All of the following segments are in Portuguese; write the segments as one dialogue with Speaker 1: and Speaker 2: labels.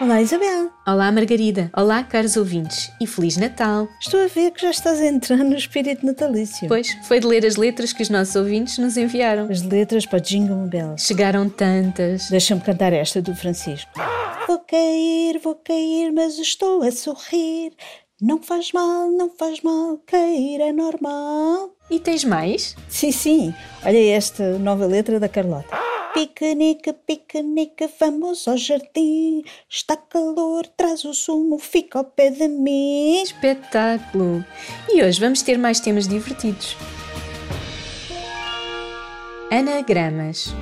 Speaker 1: Olá Isabel,
Speaker 2: Olá, Margarida. Olá, caros ouvintes. E Feliz Natal.
Speaker 1: estou a ver que já estás a entrar no espírito natalício.
Speaker 2: Pois, foi de ler as letras que os nossos ouvintes nos enviaram.
Speaker 1: As letras para Jingle Bells.
Speaker 2: Chegaram tantas.
Speaker 1: Deixa-me cantar esta do Francisco. Vou cair, vou cair, mas estou a sorrir. Não faz mal, não faz mal, cair é normal.
Speaker 2: E tens mais?
Speaker 1: Sim, sim, olha esta nova letra da Carlota. Piquenique, piquenique, vamos ao jardim. Está calor, traz o sumo, fica ao pé de mim.
Speaker 2: Espetáculo! E hoje vamos ter mais temas divertidos. Anagramas.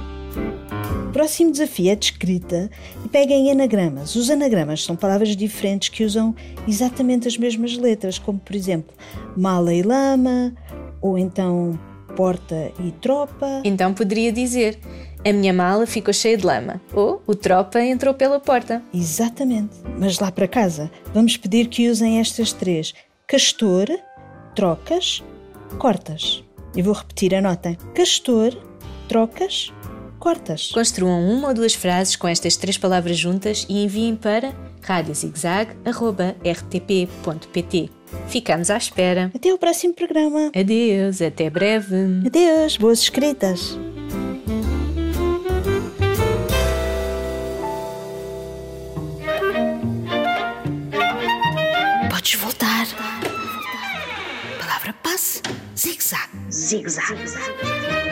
Speaker 1: O próximo desafio é de escrita e peguem anagramas. Os anagramas são palavras diferentes que usam exatamente as mesmas letras, como por exemplo mala e lama, ou então porta e tropa.
Speaker 2: Então poderia dizer: A minha mala ficou cheia de lama. Ou o tropa entrou pela porta.
Speaker 1: Exatamente. Mas lá para casa, vamos pedir que usem estas três: castor, trocas, cortas. E vou repetir, anotem: castor, trocas, cortas.
Speaker 2: Construam uma ou duas frases com estas três palavras juntas e enviem para radiozigzag.rtp.pt. Ficamos à espera.
Speaker 1: Até ao próximo programa.
Speaker 2: Adeus, até breve.
Speaker 1: Adeus, boas escritas.
Speaker 3: Podes voltar. Palavra passe, zig-zag. Zig-zag.